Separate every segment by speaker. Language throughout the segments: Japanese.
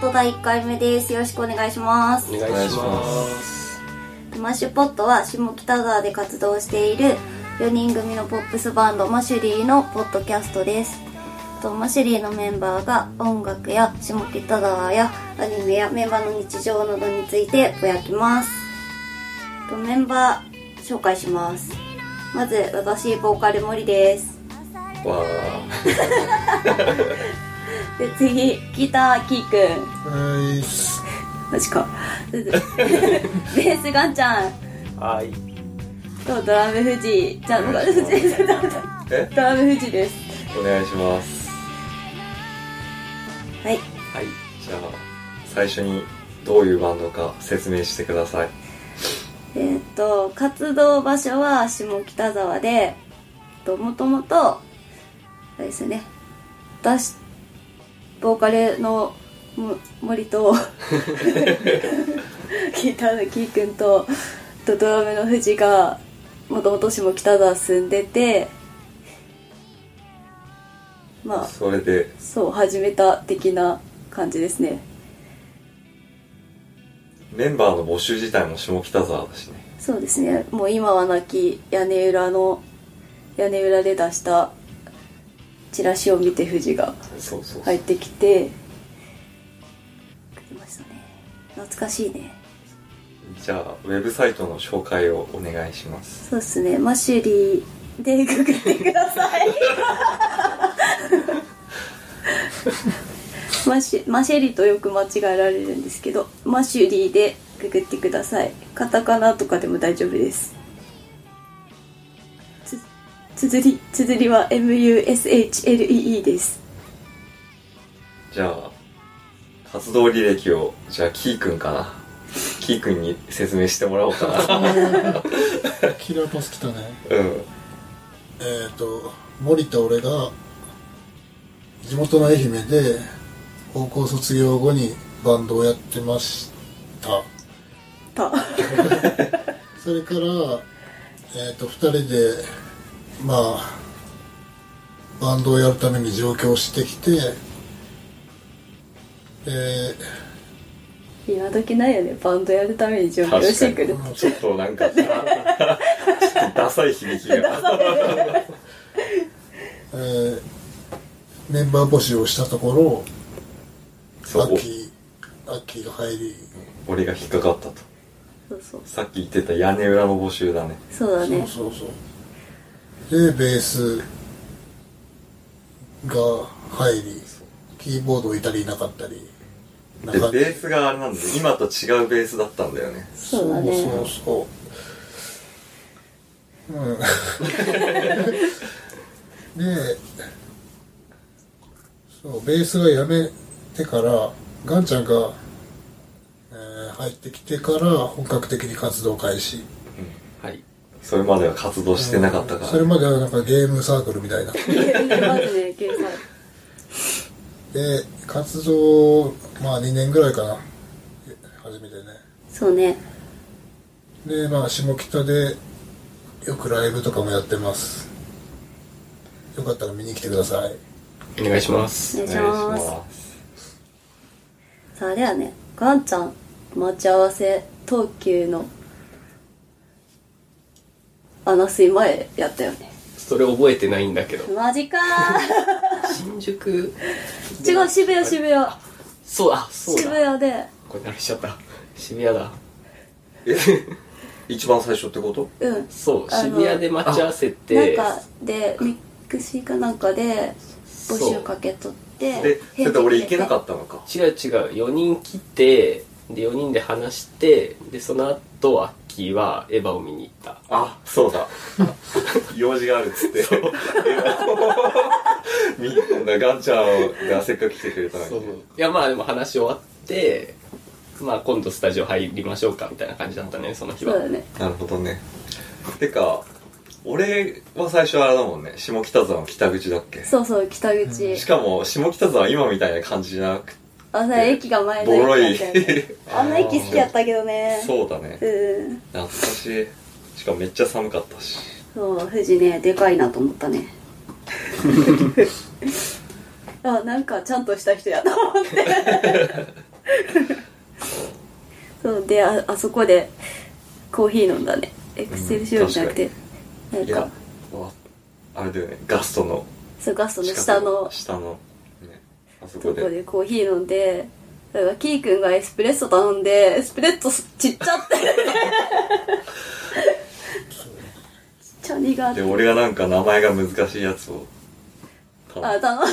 Speaker 1: ト第1回目です。よろしくお願いします。
Speaker 2: お願いします
Speaker 1: マッシュポットは下北沢で活動している4人組のポップスバンドマシュリーのポッドキャストです。とマシュリーのメンバーが音楽や下北沢やアニメやメンバーの日常などについてぼやきます。とメンバー紹介します。まず私ボーカル森です。
Speaker 2: わ
Speaker 1: で次ギターキーくん。
Speaker 3: はいっす
Speaker 1: マジか。 ベースガンちゃん
Speaker 2: ーはい
Speaker 1: とドラムフジちゃんの
Speaker 2: お願いしえ
Speaker 1: ドラムフジです。
Speaker 2: お願いします
Speaker 1: はい。
Speaker 2: はいじゃあ最初にどういうバンドか説明してください
Speaker 1: えーっと活動場所は下北沢で、もともとあれですね。私ボーカルのも森とギターのキーくんととドラムの藤がもともと下北沢住んでて。まあ
Speaker 2: それで
Speaker 1: そう始めた的な感じですね
Speaker 2: メンバーの募集自体も下北沢だしね
Speaker 1: そうですねもう今はなき屋根裏の屋根裏で出したチラシを見て富士が
Speaker 2: そうそうそう、
Speaker 1: 入ってきてくれましたね懐かしいね
Speaker 2: じゃあウェブサイトの紹介をお願いします
Speaker 1: そうですねマシュリーでググってくだ さいマシュマシェリとよく間違えられるんですけどマシュリーでググってくださいカタカナとかでも大丈夫ですつ綴り綴りは MUSHLEE です
Speaker 2: じゃあ活動履歴をじゃあキーくんかなキーくんに説明してもらおうかな
Speaker 3: キラーパス来たね
Speaker 2: うん
Speaker 3: えっ、ー、と森と俺が地元の愛媛で高校卒業後にバンドをやってました
Speaker 1: た
Speaker 3: それからえっ、と2人でまあバンドをやるために上京してきてで
Speaker 1: 今時ないよねバンドやるために準備をしてくる
Speaker 3: 確かに
Speaker 2: ちょっとなんかさちょっとダサい響きが
Speaker 3: えーメンバー募集をしたところ
Speaker 2: そう
Speaker 3: 秋秋が入り
Speaker 2: 俺が引っかかったと
Speaker 1: そうそう
Speaker 2: さっき言ってた屋根裏の募集だね
Speaker 1: そうだね
Speaker 3: そうそうそうでベースが入りキーボードいたりいなかったりな
Speaker 2: で
Speaker 3: か
Speaker 2: ベースがあれなんだよ今と違うベースだったんだよね
Speaker 1: そうだね
Speaker 3: そうそうそううんでそうベースがやめてからガンちゃんが、えー入ってきてから本格的に活動開始
Speaker 2: はいそれまでは活動してなかったから、
Speaker 3: それまではなんかゲームサークルみたいな
Speaker 1: まずね計算
Speaker 3: で活動まあ2年ぐらいかな初めてね
Speaker 1: そうね
Speaker 3: でまあ下北でよくライブとかもやってますよかったら見に来てください
Speaker 4: お願いします。
Speaker 1: お願いします
Speaker 2: す
Speaker 1: さああれやねガンちゃん待ち合わせ東急のあの水前やったよね
Speaker 4: それ覚えてないんだけど。
Speaker 1: マ ジかー
Speaker 4: 新宿。
Speaker 1: 違う渋谷渋谷
Speaker 4: そう、あ、そう
Speaker 1: 渋
Speaker 4: だ。
Speaker 1: 谷で
Speaker 4: これ慣れしちゃった。渋谷だ。
Speaker 2: 一番最初ってこと
Speaker 1: うん
Speaker 4: そう、
Speaker 1: あの
Speaker 4: 渋谷で待ち合わせ
Speaker 1: なん
Speaker 4: て。
Speaker 1: かでミックスかなんかで募集かけとって
Speaker 2: でそれで俺行けなか
Speaker 1: っ
Speaker 2: ったのか
Speaker 4: 違う違う、4人来て、で、4人で話して、で、その後、アッキーはエヴァを見に行った。
Speaker 2: あそう だ用事があるっつって みんなガンちゃんがせっかく来てくれたの
Speaker 4: そう
Speaker 2: に
Speaker 4: いや、まあでも話終わって、まあ今度スタジオ入りましょうか、みたいな感じだったね、その日
Speaker 1: そうだ
Speaker 4: は。
Speaker 1: ね
Speaker 2: なるほどねてか俺は最初あれだもんね下北沢の北口だっけ
Speaker 1: そうそう北口
Speaker 2: しかも下北沢今みたいな感じじゃなくて
Speaker 1: あさ駅が前の
Speaker 2: ボロい
Speaker 1: 駅だったよねあんな駅好きやったけどね
Speaker 2: そうだね
Speaker 1: うん
Speaker 2: 懐かしいしかもめっちゃ寒かったし
Speaker 1: そう富士ねでかいなと思ったねあなんかちゃんとした人やと思ってそうでああそこでコーヒー飲んだねエクセルシオじゃなくてなん
Speaker 2: いや
Speaker 1: か
Speaker 2: わあれだよねガストの
Speaker 1: そうガストの下の
Speaker 2: 下のねあそことで
Speaker 1: こでコーヒー飲んでだからキーくんがエスプレッソ頼んでエスプレッソちっちゃって ちっちゃにがあって
Speaker 2: で俺がなんか名前が難しいやつを頼
Speaker 1: あ
Speaker 2: む
Speaker 1: 頼む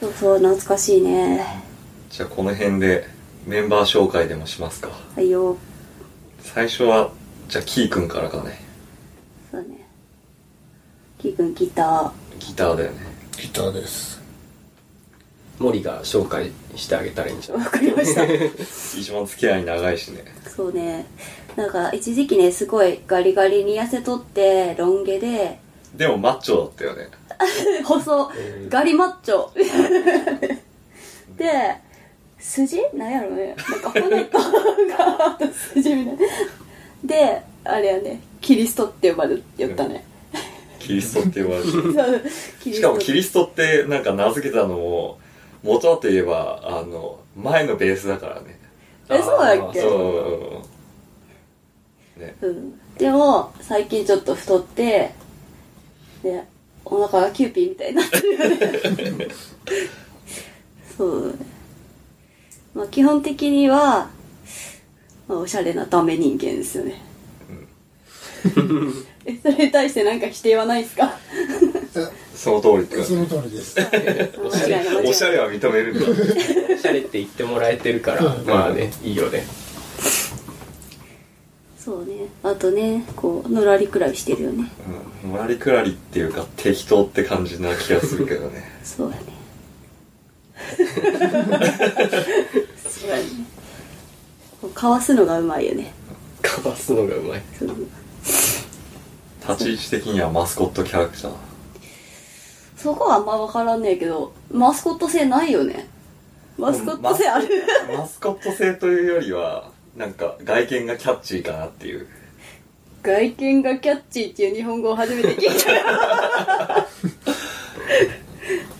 Speaker 1: そうそう懐かしいね
Speaker 2: じゃあこの辺でメンバー紹介でもしますか
Speaker 1: はいよ
Speaker 2: 最初はじゃあキーくんからかね
Speaker 1: そうねキーくんギター
Speaker 2: ギターだよね
Speaker 3: ギターです
Speaker 4: 森が紹介してあげたらいいんじ ゃない
Speaker 1: わかりました
Speaker 2: 一番付き合い長いしね
Speaker 1: そうねなんか一時期ねすごいガリガリに痩せとってロン毛で
Speaker 2: でもマッチョだったよね
Speaker 1: 細ガリマッチョで筋なんやろねなんか骨とガーッと筋みたいなであれやねキリストって呼ばれて呼ったね、
Speaker 2: キリストって呼ばれて る
Speaker 1: そうキ
Speaker 2: しかもキ
Speaker 1: リ
Speaker 2: リストってなんか名付けたのも元はといえばあの前のベースだからね
Speaker 1: えそうだっけ
Speaker 2: そううんうんうんね
Speaker 1: うんでも最近ちょっと太ってでお腹がキューピーみたいになってるよ ねそうねまあ基本的には、まあ、おしゃれなダメ人間ですよね、 えそれに対してなんか否定はないですか
Speaker 2: その通りって
Speaker 3: え
Speaker 2: 感
Speaker 3: そ
Speaker 2: じ
Speaker 3: の通りです
Speaker 4: おしゃれ
Speaker 1: 間違いない
Speaker 2: おしゃれは認めるんだ
Speaker 4: おしゃれって言ってもらえてるから
Speaker 3: うん
Speaker 4: まあねいいよね
Speaker 1: そうねあとねこうのらりくらいしてるよね
Speaker 2: うんのらりくらりっていうか適当って感じな気がするけどね
Speaker 1: そうやねそうやねこうかわすのがうまいよね
Speaker 4: かわすのがうまい
Speaker 1: そう
Speaker 2: 立ち位置的にはマスコットキャラクター
Speaker 1: そこはあんま分からんねえけどマスコット性ないよねマスコット性ある
Speaker 2: マスコット性というよりはなんか外見がキャッチーかなっていう
Speaker 1: 外見がキャッチーっていう日本語を初めて聞いた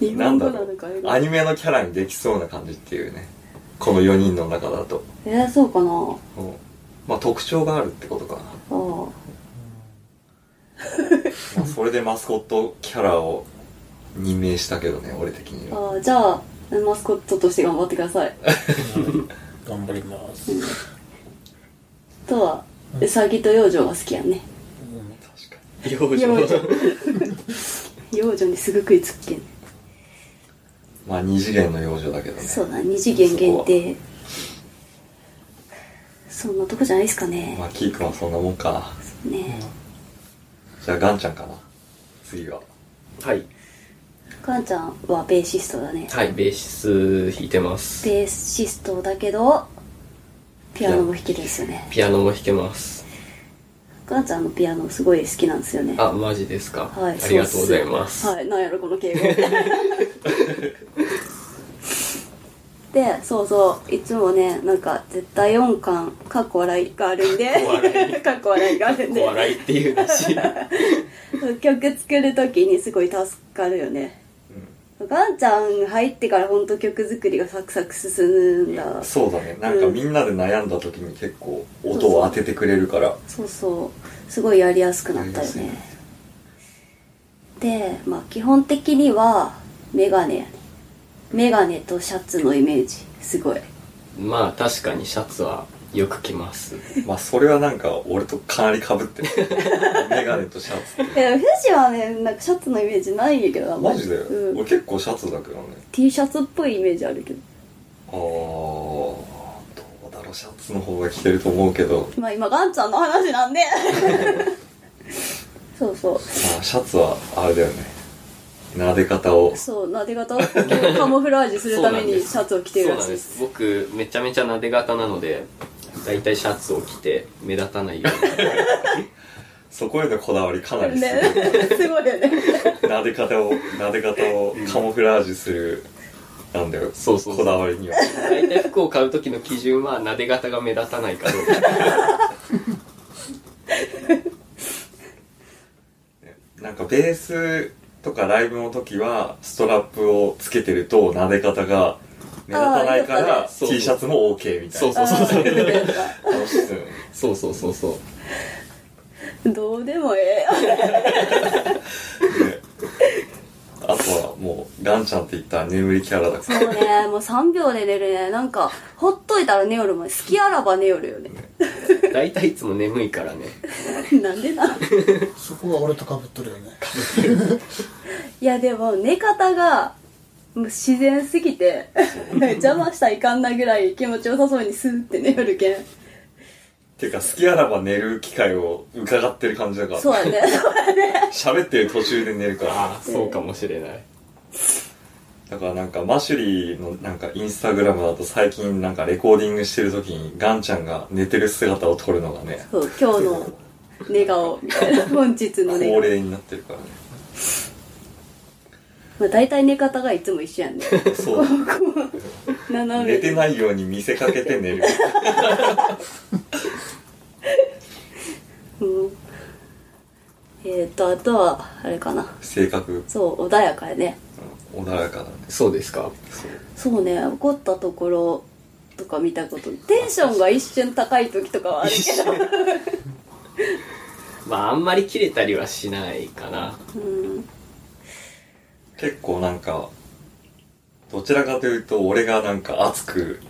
Speaker 1: 日
Speaker 2: な
Speaker 1: 本
Speaker 2: ん
Speaker 1: 語
Speaker 2: だ
Speaker 1: な
Speaker 2: ろ
Speaker 1: の
Speaker 2: う
Speaker 1: か英語
Speaker 2: アニメのキャラにできそうな感じっていうねこの4人の中だと、
Speaker 1: えー、そうかな
Speaker 2: うんまあ特徴があるってことかな、
Speaker 1: あ
Speaker 2: まあ、それでマスコットキャラを任命したけどね俺的に
Speaker 1: あ
Speaker 2: は
Speaker 1: ああじゃあマスコットとして頑張ってくださいあ
Speaker 3: 頑張ります、
Speaker 1: とはウサギと幼女が好きやね
Speaker 3: うん
Speaker 2: 確か
Speaker 4: 幼
Speaker 1: 幼
Speaker 4: 女
Speaker 1: 女幼女にすぐ食いつくけん
Speaker 2: にまあ二次元の幼女だけどね
Speaker 1: そうだ二次元限定そんなとこじゃないですかね
Speaker 2: まあキーくんはそんなもんかな
Speaker 1: ね
Speaker 2: じゃあガンちゃんかな次は
Speaker 4: はい
Speaker 1: かんちゃんはベーシストだね
Speaker 4: はいベーシス弾いてます
Speaker 1: ベーシストだけどピアノも弾けるんですよね
Speaker 4: ピアノも弾けます
Speaker 1: かんちゃんのピアノすごい好きなんですよね
Speaker 4: あマジですか、
Speaker 1: はい
Speaker 4: ありがとうございます、
Speaker 1: そうっはいなんやろこの 敬語でそうそういつもねなんか絶対音感かっこ笑いがあるん
Speaker 4: っこ笑
Speaker 1: で かっこ笑いがあるん
Speaker 4: お
Speaker 1: で
Speaker 4: 笑いっていうだし
Speaker 1: 曲作る時にすごい助かるよねガンちゃん入ってから本当曲作りがサクサク進むんだ
Speaker 2: そうだねなんかみんなで悩んだ時に結構音を当ててくれるから
Speaker 1: そうそうすごいやりやすくなったよねでまあ基本的にはメガネやねメガネとシャツのイメージすごい
Speaker 4: まあ確かにシャツはよく着ます
Speaker 2: まあそれはなんか俺とかなり 被ってるメガネとシャツって
Speaker 1: えでも富士はねなんかシャツのイメージないんやけどあんま
Speaker 2: マ
Speaker 1: り
Speaker 2: ジで、
Speaker 1: うん
Speaker 2: 俺結構シャツだけどね
Speaker 1: T シャツっぽいイメージあるけど
Speaker 2: ああどうだろうシャツの方が着てると思うけど、
Speaker 1: まあ今ガンちゃんの話 なんでそうそう
Speaker 2: まあ、シャツはあれだよね撫で方を
Speaker 1: そうなで方をカモフラージュするためにシャツを着てる
Speaker 4: そう
Speaker 1: ら
Speaker 4: な
Speaker 1: し
Speaker 4: ん
Speaker 1: い
Speaker 4: で
Speaker 1: です
Speaker 4: す僕めちゃめちゃなで型なのでだいたいシャツを着て目立たないように
Speaker 2: そこへのこだわりかなりす
Speaker 1: ね
Speaker 2: ごい、
Speaker 1: すごいよね
Speaker 2: 撫で方を撫で方をカモフラージュするなんだよ
Speaker 4: そうそうそう
Speaker 2: こだわりには
Speaker 4: だいたい服を買う時の基準はなで型が目立たないかどう か
Speaker 2: なんかベースとかライブの時はストラップをつけてると撫で方が目立たないか
Speaker 1: あーよ
Speaker 2: ら
Speaker 1: かっ
Speaker 2: T シャツも OK みたい
Speaker 4: そう
Speaker 2: な
Speaker 4: そうそうそう
Speaker 2: 楽しそうよね
Speaker 4: そうそうそうそう
Speaker 1: どうでもええよ
Speaker 2: あとはもうランちゃんって言ったら眠りキャラだから
Speaker 1: そうねもう3秒で寝るねなんかほっといたら寝よるもん好きあらば寝よるよね
Speaker 4: 大体いつも眠いからね
Speaker 1: なんでな
Speaker 3: そこは俺とかぶっとるよね
Speaker 1: いやでも寝方がもう自然すぎて邪魔したらいかんなぐらい気持ちよさそうにスーって寝よるけん
Speaker 2: ていうか好きあらば寝る機会を伺ってる感じだから
Speaker 1: そうやね
Speaker 2: 喋ってる途中で寝るから
Speaker 4: ああそうかもしれない
Speaker 2: だからなんかマシュリーのなんかインスタグラムだと最近なんかレコーディングしてる時にガンちゃんが寝てる姿を撮るのがね
Speaker 1: そう今日の寝 顔みたいな本日の
Speaker 2: 恒
Speaker 1: 寝顔、
Speaker 2: 例になってるからね
Speaker 1: まあ、大体寝方がいつも一緒やん ね
Speaker 2: そう
Speaker 1: 斜め
Speaker 2: 寝てないように見せかけて寝る
Speaker 1: うんえっ、ー、とあとはあれかな
Speaker 2: 性格
Speaker 1: そう穏やかやね
Speaker 2: うん穏やかだね
Speaker 4: そうですか
Speaker 1: そうね怒ったところとか見たことテンションが一瞬高い時とかはあるけど
Speaker 4: まああんまり切れたりはしないかな
Speaker 1: うん
Speaker 2: 結構なんかどちらかというと俺がなんか熱く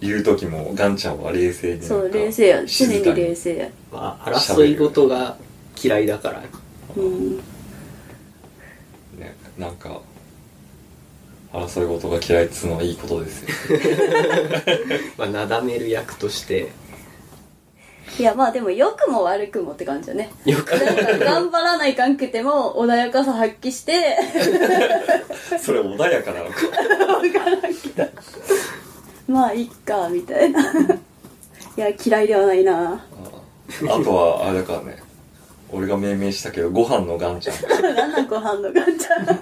Speaker 2: 言う時もガンちゃんは冷静になんか
Speaker 1: そう冷静や常
Speaker 2: 静
Speaker 1: に
Speaker 2: か
Speaker 1: 冷静や
Speaker 4: まあ争い事が嫌いだから
Speaker 1: うん
Speaker 2: ね、なんか争い事が嫌いっつうのはいいことですよ
Speaker 4: まあなだめる役として
Speaker 1: いやまあでも良くも悪くもって感じよね
Speaker 4: よく
Speaker 1: なんか頑張らないかんくても穏やかさ発揮して
Speaker 2: それ穏やかなのか
Speaker 1: 分からんけどまあいっかみ たいないや嫌いではないな
Speaker 2: あとはあれだからね俺が命名したけどご飯のガンちゃん好
Speaker 1: 何なんご飯 のガンちゃん好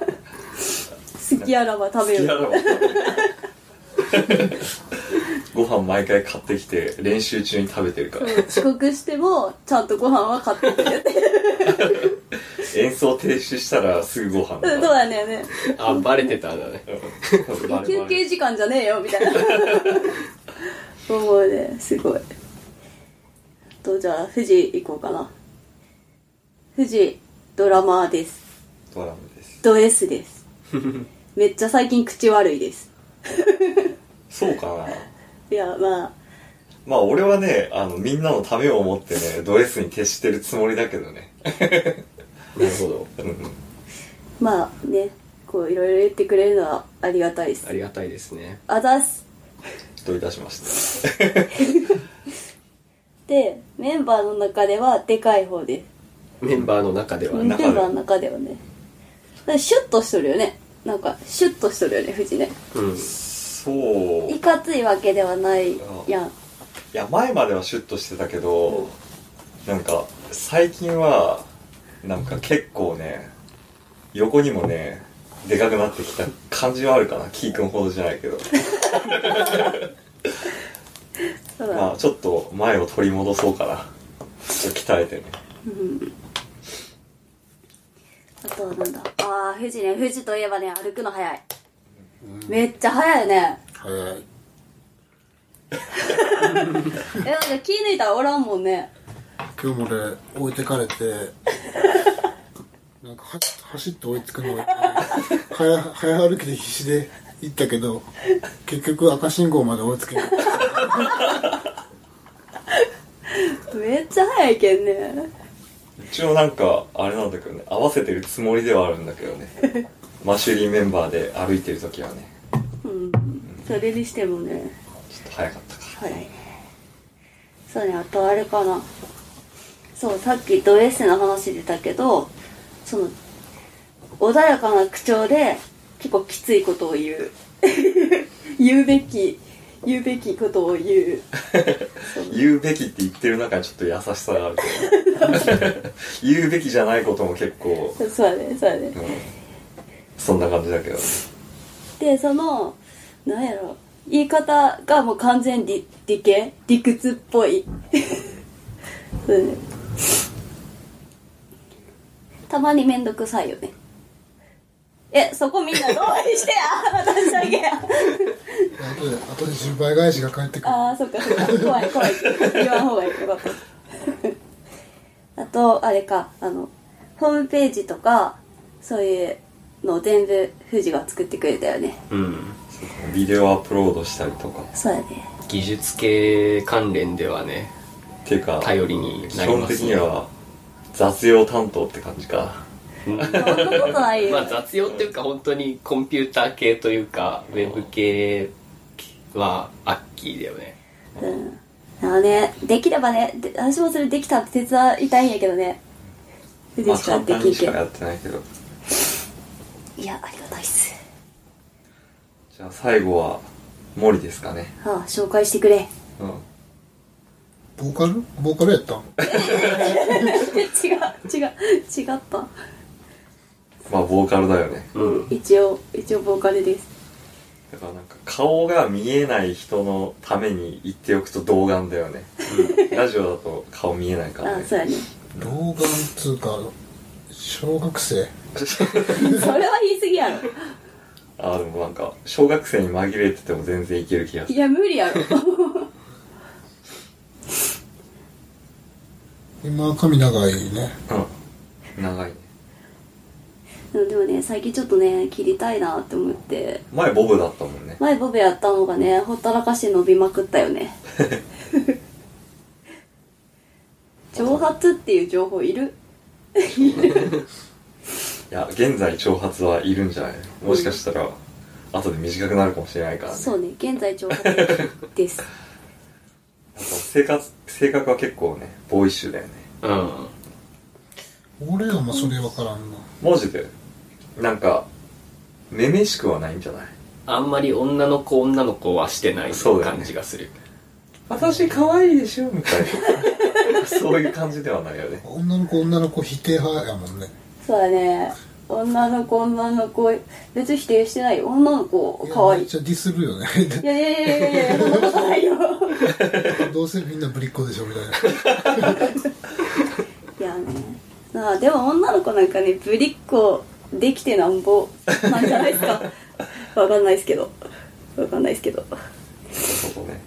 Speaker 1: きあらば食べ
Speaker 2: きや
Speaker 1: よう
Speaker 2: ろご飯毎回買ってきて練習中に食べてるから
Speaker 1: 遅刻してもちゃんとご飯は買ってくれて
Speaker 2: 演奏停止したらすぐご飯
Speaker 1: うんそうやね んね
Speaker 4: あバレてたんだね
Speaker 2: うんバレバレ
Speaker 1: 休憩時間じゃねえよみ たいな思うねすごいとじゃあ富士行こうかな富士ドラマーです
Speaker 2: ドラムです
Speaker 1: ド S です めっちゃ最近口悪いです
Speaker 2: そうかない
Speaker 1: やまあ
Speaker 2: まあ俺はねあのみんなのためを思ってねド S に徹してるつもりだけどね
Speaker 4: なるほど
Speaker 2: うん
Speaker 1: まあねこういろいろ言ってくれるのはありがたいです
Speaker 4: ありがたいですね
Speaker 1: あざっす
Speaker 2: どういたしました
Speaker 1: でメンバーの中ではでかい方です
Speaker 4: メンバーの中では
Speaker 1: メン
Speaker 4: な
Speaker 1: バーの中ではねだからシュッとしとるよねなんかシュッとしとるよね藤ね
Speaker 4: うん
Speaker 2: そう
Speaker 1: いかついわけではないやん
Speaker 2: いや前まではシュッとしてたけど、なんか最近はなんか結構ね横にもねでかくなってきた感じはあるかなキーくんほどじゃないけど
Speaker 1: そうだ
Speaker 2: まあちょっと前を取り戻そうかなちょっと鍛えてね
Speaker 1: うんあとはなんだああ富士ね富士といえばね歩くの早いめっちゃ早いね
Speaker 3: 早い
Speaker 1: えなんか気抜いたらおらんもんね
Speaker 3: 今日も俺置いてかれてなんかは走って追いつくのが早早歩きで必死で行ったけど結局赤信号まで追いつけない
Speaker 1: めっちゃ早いけんね
Speaker 2: 一応なんかあれなんだけどね合わせてるつもりではあるんだけど ねマシュリーメンバーで歩いてる時はね
Speaker 1: うんそれにしてもね
Speaker 2: ちょっと早かったか
Speaker 1: 早いねそうねあとあれかなそうさっきド S の話出たけどその穏やかな口調で結構きついことを言う言うべき言うべきことを言うそう
Speaker 2: 言うべきって言ってる中にちょっと優しさがあるけど 言うべきじゃないことも結構、
Speaker 1: そうやねそうやね
Speaker 2: うんそんな感じだけどね
Speaker 1: でそのなんやろ言い方がもう完全に理理系理屈っぽい そうねたまに面倒くさいよねえ、そこみんなどうにして、あ、 私だけ。
Speaker 3: あとで、あとで10倍返しが返ってくる。
Speaker 1: ああ、そっかそっか。怖い怖い。言わん方がいい。よかった。あ と、あれか、あの、ホームページとか、そういうのを全部、富士が作ってくれたよね。
Speaker 4: うん
Speaker 2: ビデオアップロードしたりとか
Speaker 1: そうやね。
Speaker 4: 技術系関連ではね
Speaker 2: っていうか
Speaker 4: 頼りに
Speaker 2: 基
Speaker 4: なり
Speaker 2: 本
Speaker 4: ま
Speaker 2: 的
Speaker 4: す
Speaker 2: には雑用担当って感じか
Speaker 1: そんなことない
Speaker 4: ま
Speaker 1: よ
Speaker 4: あ。雑用っていうか本当にコンピューター系というかウェブ系はアッキーだよね
Speaker 1: うん。あのね、できればね、で私もそれできたって手伝いたいんやけどね。富
Speaker 2: まあ
Speaker 1: 士しか
Speaker 2: 簡
Speaker 1: で
Speaker 2: 単
Speaker 1: きん
Speaker 2: にし
Speaker 1: け
Speaker 2: か
Speaker 1: ど。
Speaker 2: やってないけど
Speaker 1: いや、ありがたいっす。
Speaker 2: じゃあ最後は森ですかね
Speaker 1: ああ、紹介してくれ。
Speaker 2: うん
Speaker 3: ボーカルボーカルやったん
Speaker 1: 違う、違う、違った。
Speaker 2: まあボーカルだよね
Speaker 4: うん
Speaker 1: 一応、一応ボーカルです。
Speaker 2: だからなんか顔が見えない人のために言っておくと童顔だよね、ラジオだと顔見えないか
Speaker 1: あ
Speaker 2: ら
Speaker 1: あ、
Speaker 2: ね
Speaker 1: そうやね。
Speaker 3: 老眼っつうか、小学生。
Speaker 1: それは言い過ぎやろ。
Speaker 2: あでもなんか小学生に紛れてても全然いける気がす
Speaker 1: い
Speaker 2: る
Speaker 1: や無理やろ
Speaker 3: 今、髪長いね。
Speaker 2: うん長いね
Speaker 1: うんでもね最近ちょっとね切りたいなって思って
Speaker 2: 前ボブだったもんね
Speaker 1: 前ボブやったのがねほったらかして伸びまくったよ ね蒸発っていう情報いる
Speaker 2: いや現在長髪はいるんじゃないもしかしたら後で短くなるかもしれないからね
Speaker 1: そうね現在蒸発です
Speaker 2: やっぱ性格性格は結構ねボーイッシュだよね
Speaker 4: うん
Speaker 3: 俺はまそれわからんな。
Speaker 2: マジでなんかめめしくはないんじゃない
Speaker 4: あんまり女の子女の子はしてない
Speaker 2: そうだよね
Speaker 4: 感じがする
Speaker 2: 私可愛いでしょみたいな そういう感じではないよね
Speaker 3: 女の子、女の子否定派やもんね。
Speaker 1: そうだね女の子女の子別に否定してないよ女の子可愛い
Speaker 3: めっ
Speaker 1: い
Speaker 3: ちゃディス るよね。
Speaker 1: いやいやいやいやいやそんなことないよ
Speaker 3: どうせみんなぶりっ子でしょ、みたいな。
Speaker 1: いやねああでも女の子なんかねぶりっ子できてなんぼなんじゃないです かわかんないですけどわかんないですけど
Speaker 2: そうそうね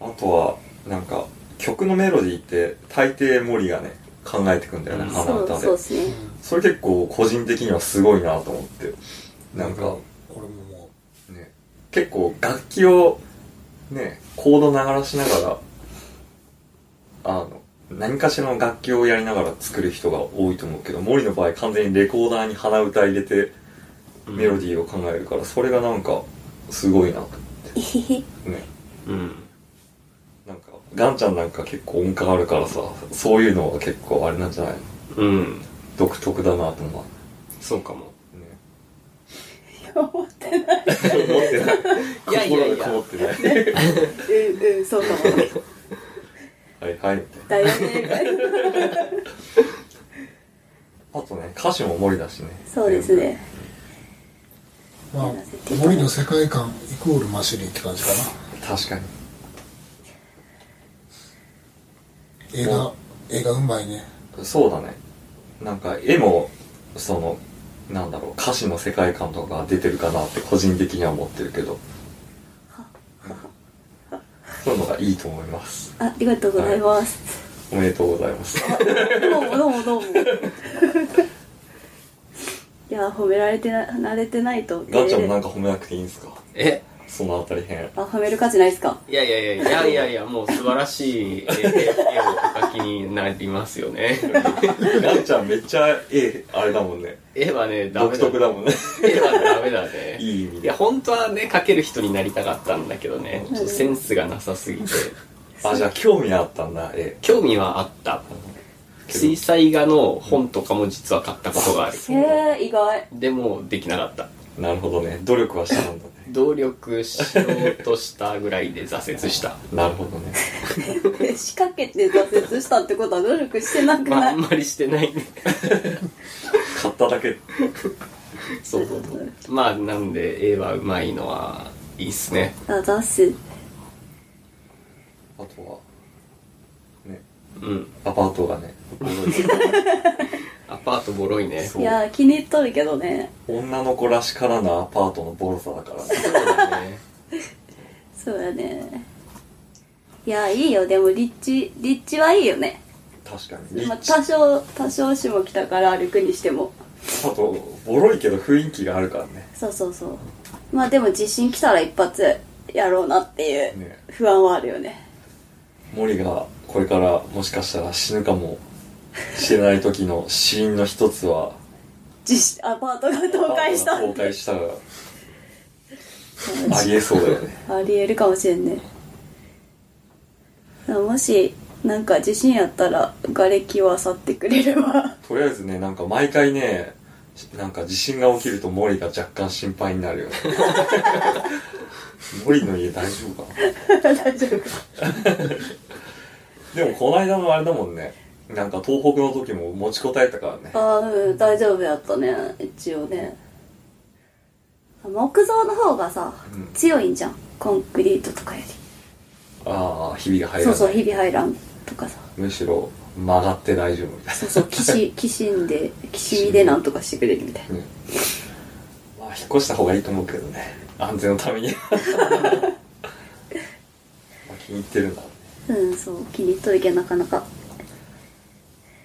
Speaker 2: あとはなんか曲のメロディーって大抵森がね考えてくんだよね、
Speaker 4: うん
Speaker 2: 鼻
Speaker 1: そう
Speaker 2: 歌で
Speaker 1: そうです ね
Speaker 2: それ結構個人的にはすごいなと思ってなんか
Speaker 3: 俺もも
Speaker 2: ね結構楽器をねコード流らしながらあの何かしらの楽器をやりながら作る人が多いと思うけど森の場合完全にレコーダーに鼻歌入れてメロディーを考えるから、それがなんかすごいなと思
Speaker 1: えへへ
Speaker 2: ってね
Speaker 4: うん
Speaker 2: なんかガンちゃんなんか結構音感あるからさそういうのは結構あれなんじゃないの
Speaker 4: うん
Speaker 2: 独特だなと思う
Speaker 4: そうかも
Speaker 2: ね
Speaker 1: 思って ない
Speaker 2: 思ってない
Speaker 4: いやいやい
Speaker 2: 心
Speaker 4: や
Speaker 2: がこもってない
Speaker 1: うんうんそうかも
Speaker 2: はいはいみたいな
Speaker 1: だよねみたいな
Speaker 2: あとね、歌詞も森だしね。
Speaker 1: そうですね
Speaker 3: う、まあ、森の世界観イコールマシリンって感じかな。
Speaker 2: 全部。確かに。
Speaker 3: 映画、映画うまいね。
Speaker 2: そうだね。なんか、絵も、その、なんだろう、歌詞の世界観とかが出てるかなって個人的には思ってるけど。そういうのがいいと思います。
Speaker 1: ありがとうございます、
Speaker 2: おめでとうござい ます。
Speaker 1: どうもどうもどうも いや褒められてな慣れてないと
Speaker 2: ガンちゃんもなんか褒めなくていいんすか
Speaker 4: え
Speaker 2: そのあたり編。
Speaker 1: あ褒める価値ないですか
Speaker 4: いやいやいやいやいやいやもう素晴らしい絵絵をお描きになりますよね
Speaker 2: ガンちゃんめっちゃ絵、あれだもんね。
Speaker 4: 絵はねダメ
Speaker 2: 独
Speaker 4: だ
Speaker 2: 特だもんね。
Speaker 4: 絵はダメだね
Speaker 2: いい意味
Speaker 4: いや
Speaker 2: で。
Speaker 4: 本当はね描ける人になりたかったんだけどねちょっとセンスがなさすぎて
Speaker 2: あ、じゃあ興味あったんだ、絵。
Speaker 4: 興味はあった水彩画の本とかも実は買ったことがある
Speaker 1: へえ意外
Speaker 4: でもできなかった
Speaker 2: なるほどね。努力はしたんだね。
Speaker 4: 努力しようとしたぐらいで挫折した
Speaker 2: なるほどね。
Speaker 1: 仕掛けて挫折したってことは努力してなく
Speaker 4: まあ
Speaker 1: な
Speaker 4: あ
Speaker 1: い
Speaker 4: んまりしてないね
Speaker 2: 買っただけ。
Speaker 4: そうそうそうまあなんで絵はうまいのはいいっすね
Speaker 1: あ出す
Speaker 2: あとは、ね、
Speaker 4: うん
Speaker 2: アパートがね、
Speaker 4: アパパートボロいね
Speaker 2: そ
Speaker 1: いうやー気に入っとるけどね
Speaker 2: 女の子らしからなアパートのボロさだからね
Speaker 4: そうだね
Speaker 1: そうだねいやーいいよでも立地立地はいいよね、
Speaker 2: 確かに
Speaker 1: まあ、
Speaker 2: 立地
Speaker 1: 多少多少下北から歩くにしても
Speaker 2: あとボロいけど雰囲気があるからね
Speaker 1: そうそうそうまあでも地震来たら一発やろうなっていう
Speaker 2: ね
Speaker 1: 不安はあるよね
Speaker 2: 森がこれからもしかしたら死ぬかもしれない時の死因の一つは
Speaker 1: 地震アパートが倒壊した
Speaker 2: 倒壊したらありえそうだよね
Speaker 1: ありえるかもしれんねあもしなんか地震やったら瓦礫は去ってくれれば
Speaker 2: とりあえずねなんか毎回ねなんか地震が起きると森が若干心配にな るよね森の家大丈夫かな
Speaker 1: 大丈夫
Speaker 2: でもこの間のあれだもんねなんか東北の時も持ちこたえたからね
Speaker 1: ああうん大丈夫やったね一応ね木造の方がさ、
Speaker 2: うん
Speaker 1: 強いんじゃんコンクリートとかより
Speaker 2: ああひびが入ら
Speaker 1: そう
Speaker 2: ない
Speaker 1: そうひび入らんとかさ
Speaker 2: むしろ曲がって大丈夫みたい
Speaker 1: そう そうきしきしんできしみでなんとかしてくれるみたいな
Speaker 2: な、ねまあ引っ越した方がいいと思うけどね安全のため にまあ気に入ってるんだろうね
Speaker 1: うんそう気に入っとるけどなかなか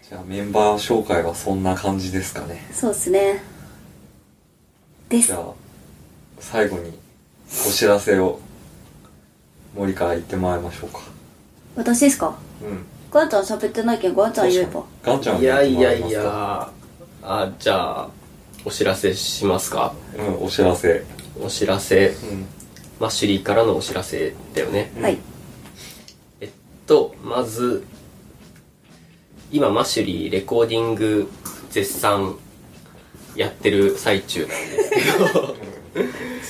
Speaker 2: じゃあメンバー紹介はそんな感じですかね
Speaker 1: そうっすねです
Speaker 2: じゃあ最後にお知らせを森から言ってもらいましょうか
Speaker 1: 私ですか
Speaker 2: うん
Speaker 1: ガンちゃん喋ってないけんガンちゃん言えば
Speaker 2: ガンちゃん
Speaker 4: いやいや
Speaker 2: 言っ
Speaker 4: い
Speaker 2: てもら
Speaker 4: やあじゃあお知らせしますか
Speaker 2: えますかうんお知らせ
Speaker 4: お知らせ
Speaker 2: うん
Speaker 4: マッシュリーからのお知らせだよね
Speaker 1: はい
Speaker 4: えっとまず今マッシュリーレコーディング絶賛やってる最中なんですけど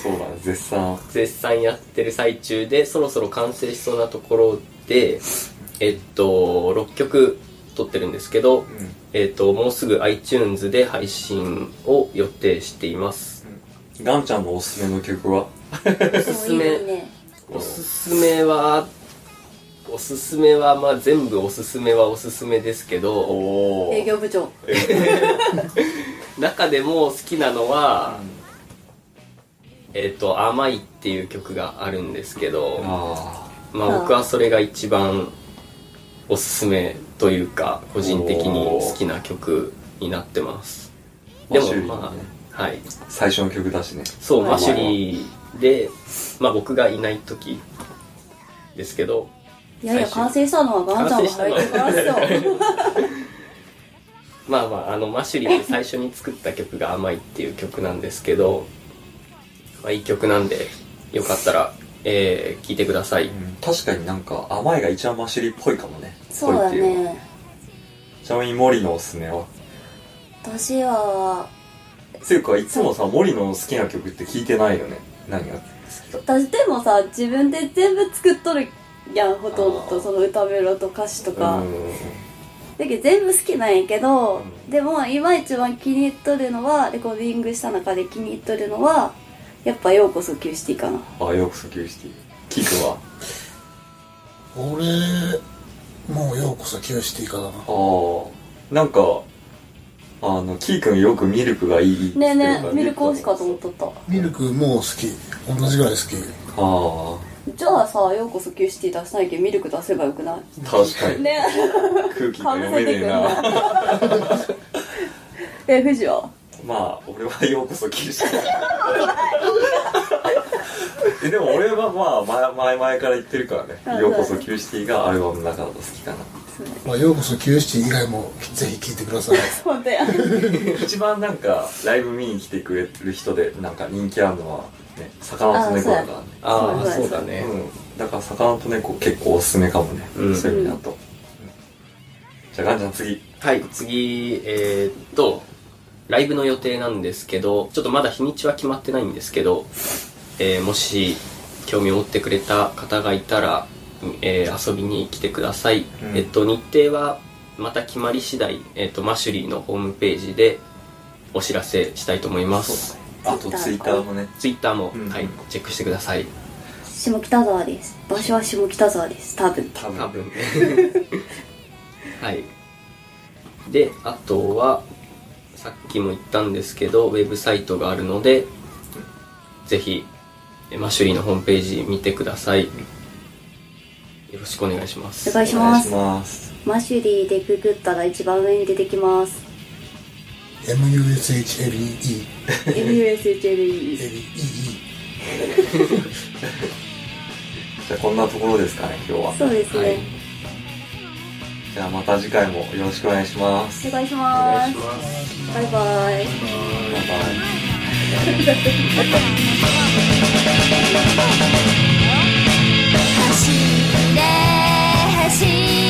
Speaker 2: そうだね絶賛
Speaker 4: 絶賛やってる最中でそろそろ完成しそうなところでえっと6曲撮ってるんですけど、えっともうすぐ iTunes で配信を予定しています
Speaker 2: ガンちゃんのおすすめの曲は
Speaker 1: お
Speaker 4: すすめ
Speaker 1: いいね
Speaker 4: おすすめはおすすめはまあ全部おすすめはおすすめですけど
Speaker 2: お
Speaker 1: 営業部長
Speaker 4: 中でも好きなのは「えっと甘い」っていう曲があるんですけど
Speaker 2: あ
Speaker 4: ま
Speaker 1: あ
Speaker 4: あ
Speaker 1: あ
Speaker 4: 僕はそれが一番おすすめというか個人的に好きな曲になってます
Speaker 2: ー
Speaker 4: でも
Speaker 2: マシュリー
Speaker 4: ま
Speaker 2: ね
Speaker 4: あはい
Speaker 2: 最初の曲だしね
Speaker 4: そう、
Speaker 1: はい
Speaker 4: マシュリーで、まあ、僕がいない時ですけど
Speaker 1: いやいや完成したのはガンちゃんが入ってからですよ
Speaker 4: まあまああのマシュリーで最初に作った曲が「甘い」っていう曲なんですけど、まあ、いい曲なんでよかったら、えー、聞いてください
Speaker 2: うん確かになんか甘いが一番マシュリーっぽいかもね
Speaker 1: そうだ
Speaker 2: ぽいっていのは
Speaker 1: ね
Speaker 2: ちなみに森のおすすめは
Speaker 1: 私は
Speaker 2: つうかいつもさ森の好きな曲って聞いてないよね何が好きだ
Speaker 1: 私でもさ自分で全部作っとるやんほとん
Speaker 2: あ
Speaker 1: ど
Speaker 2: ー
Speaker 1: その歌メロと歌詞とか、
Speaker 2: うん
Speaker 1: だけど全部好きなんやけど、
Speaker 2: うん
Speaker 1: でも今一番気に入っとるのはレコーディングした中で気に入っとるのはやっぱ「ようこそキューシティ」かな
Speaker 2: あよく訴求しているキク は
Speaker 3: 俺もうようこそ清していいかだな
Speaker 2: ああなんかあのキー君よくミルクがいいって
Speaker 1: ねえね
Speaker 2: 言うから
Speaker 1: えミルク推しかと思っとった
Speaker 3: ミルクもう好き同じぐらい好き
Speaker 2: あ
Speaker 1: じゃあさ「ようこそキューシティ」出さないけどミルク出せばよくない
Speaker 2: あ確かに、
Speaker 1: ね
Speaker 2: 空気が読めねえな
Speaker 1: かええ藤は
Speaker 2: まあ俺はようこそキーして えでも俺はまあ前前々から言ってるから
Speaker 1: あ
Speaker 2: ね「ようこそキューシティ」がアルバムの中だと好き かな
Speaker 3: まあ、ようこそ清七以外もぜひ聞いてください
Speaker 1: 本当や
Speaker 2: 一番なんかライブ見に来てくれる人でなんか人気あるのはね魚と猫だからね
Speaker 4: ああ
Speaker 1: そう
Speaker 4: そ
Speaker 1: そう
Speaker 4: うだね
Speaker 2: うん、だから魚と猫結構おすすめかもね、
Speaker 4: うん
Speaker 2: そういう意味だと、じゃあガンちゃん次
Speaker 4: はい次えーっとライブの予定なんですけどちょっとまだ日にちは決まってないんですけど、えーもし興味を持ってくれた方がいたら、えー遊びに来てください、
Speaker 2: うん
Speaker 4: えっと日程はまた決まり次第、えっとマシュリーのホームページでお知らせしたいと思います
Speaker 2: あとツイッターもね
Speaker 4: ツイッターも、
Speaker 2: うん
Speaker 4: はい、チェックしてください
Speaker 1: 下北沢です場所は下北沢です多分
Speaker 2: 多分
Speaker 4: 多分はいであとはさっきも言ったんですけどウェブサイトがあるのでぜひえマシュリーのホームページ見てくださいよろしくお願いします
Speaker 1: お願いし
Speaker 2: お
Speaker 1: ま
Speaker 2: 願いし
Speaker 1: す
Speaker 2: ます
Speaker 1: マシュリーでググったら一番上に出てき ます。
Speaker 3: MUSHLEE
Speaker 1: MUSHLE。
Speaker 3: LEE
Speaker 2: じゃあこんなところですかね今日は
Speaker 1: そうですね。
Speaker 4: はい
Speaker 2: じゃあまた次回もよろしくお願いします
Speaker 1: お願いし
Speaker 4: お願
Speaker 1: ま
Speaker 4: いし
Speaker 1: す。
Speaker 4: ます
Speaker 1: バイバイ。
Speaker 2: バイバイ
Speaker 5: 走れ走れ